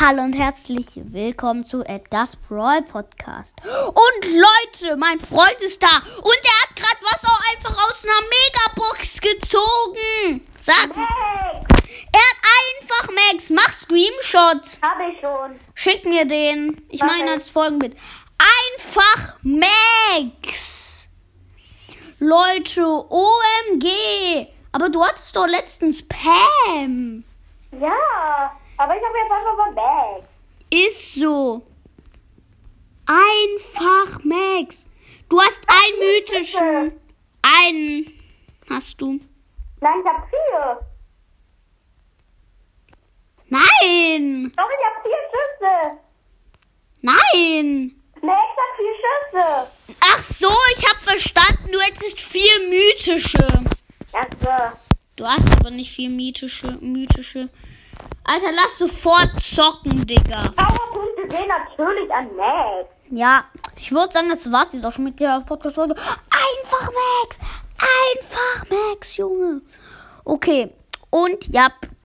Hallo und herzlich willkommen zu Edgar's Brawl Podcast. Und Leute, mein Freund ist da und er hat gerade was auch einfach aus einer Megabox gezogen. Sag, Hey, er hat einfach Max, mach Screenshot. habe ich schon. Schick mir den. Ich meine als Folgenbild. Einfach Max. Leute, OMG. Aber du hattest doch letztens Pam. Ja, aber ich habe jetzt einfach mal weg. Ist so. Einfach Max. Du hast einen mythischen. Einen hast du. Nein, ich habe vier. Nein! Doch, ich habe vier Schüsse. Nein! Max hat vier Schüsse. Ach so, ich hab verstanden, du hättest vier mythische. Danke. Du hast aber nicht vier mythische. mythische. Alter, lass sofort zocken, Digga. Powerpunkte gehen natürlich an Max. Ja, ich würde sagen, das war's jetzt auch schon mit der Podcast-Folge. Einfach Max! Einfach Max, Junge! Okay, und ja,